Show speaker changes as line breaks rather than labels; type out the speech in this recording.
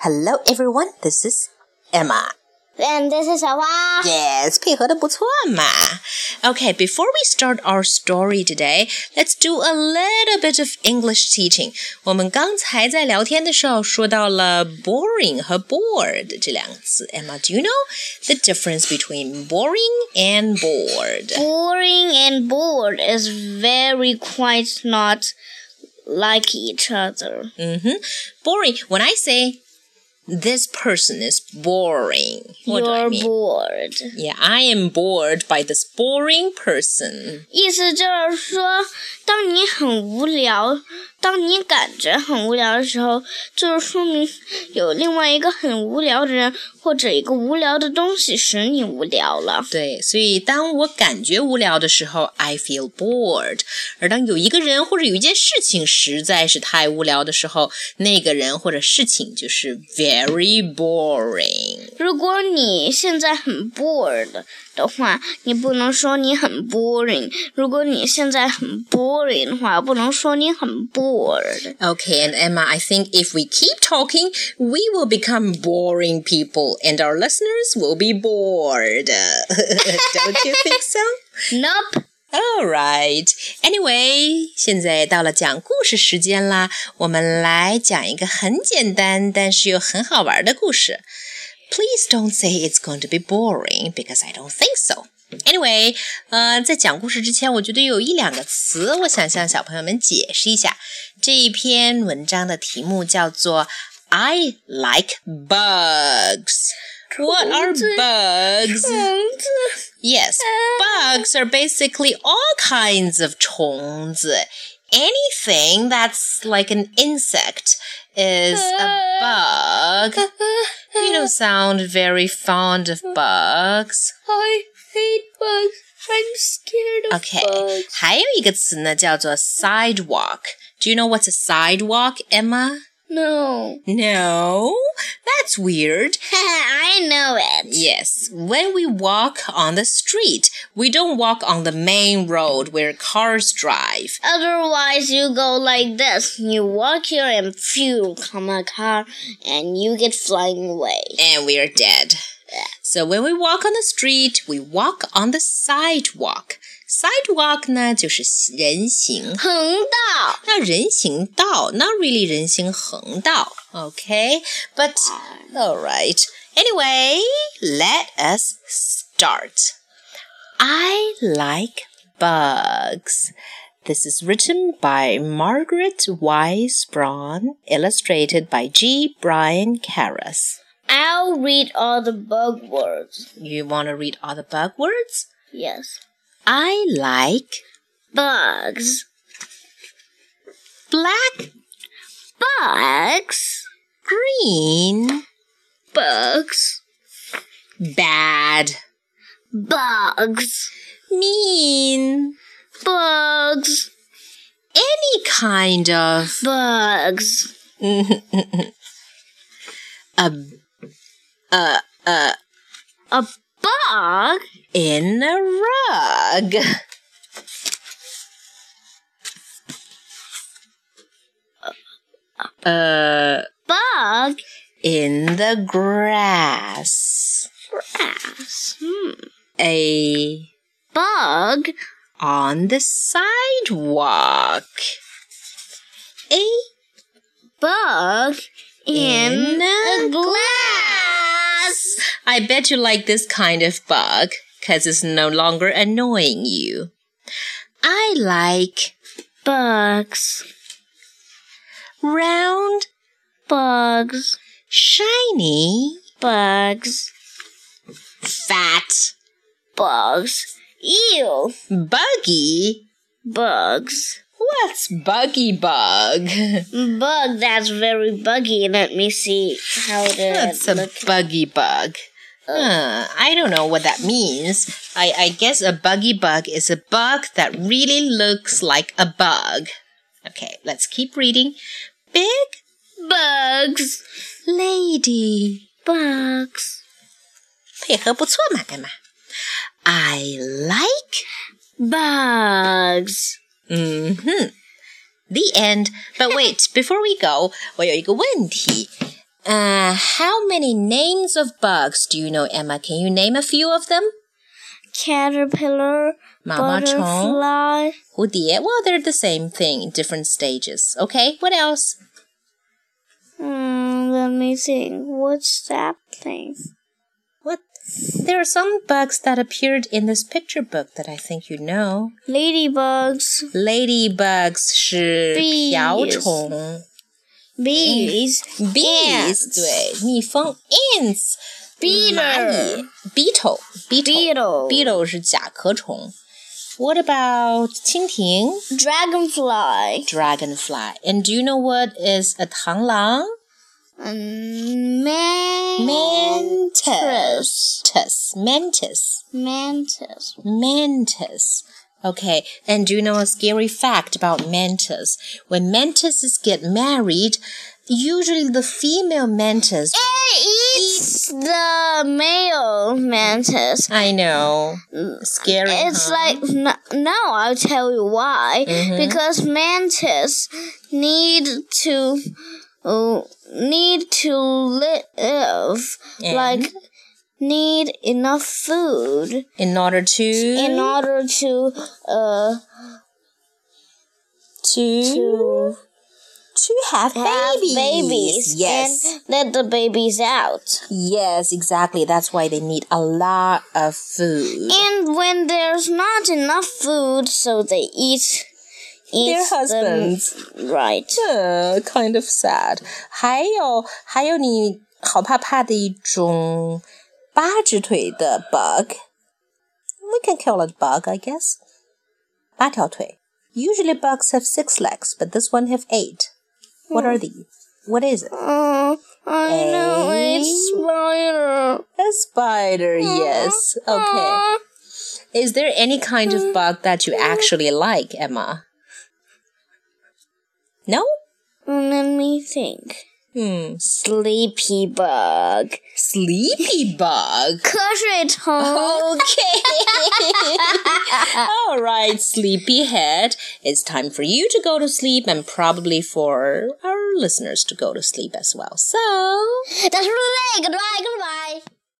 Hello everyone, this is Emma.
And this is 小花。
Yes, 配合的不错嘛。Okay, before we start our story today, let's do a little bit of English teaching. 我们刚才在聊天的时候说到了 boring 和 bored 这两个词。Emma, do you know the difference between boring and bored?
Boring and bored is very quite not like each other.
嗯哼，boring. Mm-hmm. When I say this person is boring, what do I
You're
mean?
bored.
Yeah, I am bored by this boring person.
意思就是说，当你很无聊，当你感觉很无聊的时候，就是说明有另外一个很无聊的人或者一个无聊的东西使你无聊了。
对，所以当我感觉无聊的时候，I feel bored；而当有一个人或者有一件事情实在是太无聊的时候，那个人或者事情就是 very boring。
如果你现在很 bored 的话，你不能说你很 boring；如果你现在很 boring 的话，不能说你很 bored。
Okay, and Emma, I think if we keep talking, we will become boring people, and our listeners will be bored. Don't you think so?
Nope.
All right. Anyway，现在到了讲故事时间啦，我们来讲一个很简单但是又很好玩的故事。Please don't say it's going to be boring because I don't think so. Anyway，呃，在讲故事之前，我觉得有一两个词，我想向小朋友们解释一下。这一篇文章的题目叫做 "I like bugs." What are
虫子
bugs?
虫子
Yes, bugs are basically all kinds of 虫子. Anything that's like an insect is a bug. You don't sound very fond of bugs.
I hate bugs. I'm scared of
Okay. 还有一个词呢，叫做 sidewalk. Do you know what's a sidewalk, Emma?
No.
No, that's weird.
I know it.
Yes, when we walk on the street, we don't walk on the main road where cars drive.
Otherwise, you go like this. You walk here and phew, come a car, and you get flying away.
and we are dead. So when we walk on the street, we walk on the sidewalk. Sidewalk 呢，就是人行
横道
那人行道，not really 人行横道，OK？But、all right. Anyway, let us start. I like bugs. This is written by Margaret Wise Braun, illustrated by G. Brian Karras.
I'll read all the bug words.
You want to read all the bug words?
Yes.
I like
Bugs.
black,
Bugs.
green,
Bugs.
bad,
Bugs.
mean,
Bugs.
any kind of
Bugs.
a
A bug
in a rug. Uh,
bug
in the grass,
grass. Hmm.
a
Bug
on the sidewalk, a
bug in,
In a
a glass.
I bet you like this kind of bug because it's no longer annoying you. I like
Bugs.
round,
Bugs.
shiny,
Bugs.
fat,
Bugs. Ew.
buggy.
Bugs.
What's buggy bug?
Bug that's very buggy. Let me see how to
That's a
look.
buggy bug. Huh, I don't know what that means. I, I guess a buggy bug is a bug that really looks like a bug. Okay, let's keep reading. Big
Bugs.
lady.
Bugs.
配合不错嘛，艾玛。I like，
Bugs.
嗯哼，the end。But wait，before we go，我有一个问题。嗯、 Uh, how many names of bugs do you know, Emma? Can you name a few of them?
caterpillar,
毛毛虫
butterfly,
蝴蝶. Well, they're the same thing, different stages. Okay, what else?
Hmm, let me think. What's that thing?
What? There are some bugs that appeared in this picture book that I think you know.
Ladybugs,
Ladybugs 是
Bees
瓢虫
bees,
，bees 对蜜蜂，ants 蚂
beetle,
蚁，beetle beetle
beetle,
beetle 是甲壳虫。What about 蜻蜓
dragonfly,
dragonfly? And do you know what is a 螳螂
um, man,
Mantis. mantis mantis
mantis,
mantis. Okay, and do you know a scary fact about mantis? When mantises get married, usually the female mantis.
It eats the male mantis.
I know, scary.
It's
huh?
like no, no, I'll tell you why.
Mm-hmm.
Because mantis need to uh, need to live,
And?
like need enough food
in order to
in
Mm-hmm.
order to uh
to
to
to have,
have
babies.
babies
Yes.
and let the babies out.
yes, exactly. That's why they need a lot of food.
And when there's not enough food, so they eat. eat
Their
them-
husbands.
right.
这 kind of sad。还有还有，你好怕怕的一种八只腿的 bug。We can call it bug, I guess. 八条腿。Usually bugs have six legs, but this one have eight. What are the? What is it?
Oh, I know it's
Eh?
spider.
A spider. Yes. Okay.
Uh,
Is there any kind of bug that you actually like, Emma? No.
let me think.
Hmm.
Sleepy bug.
Sleepy bug.
瞌睡虫。
Oh. Okay. All right, sleepyhead. It's time for you to go to sleep and probably for our listeners to go to sleep as well. So.
That's really good. Goodbye. Goodbye.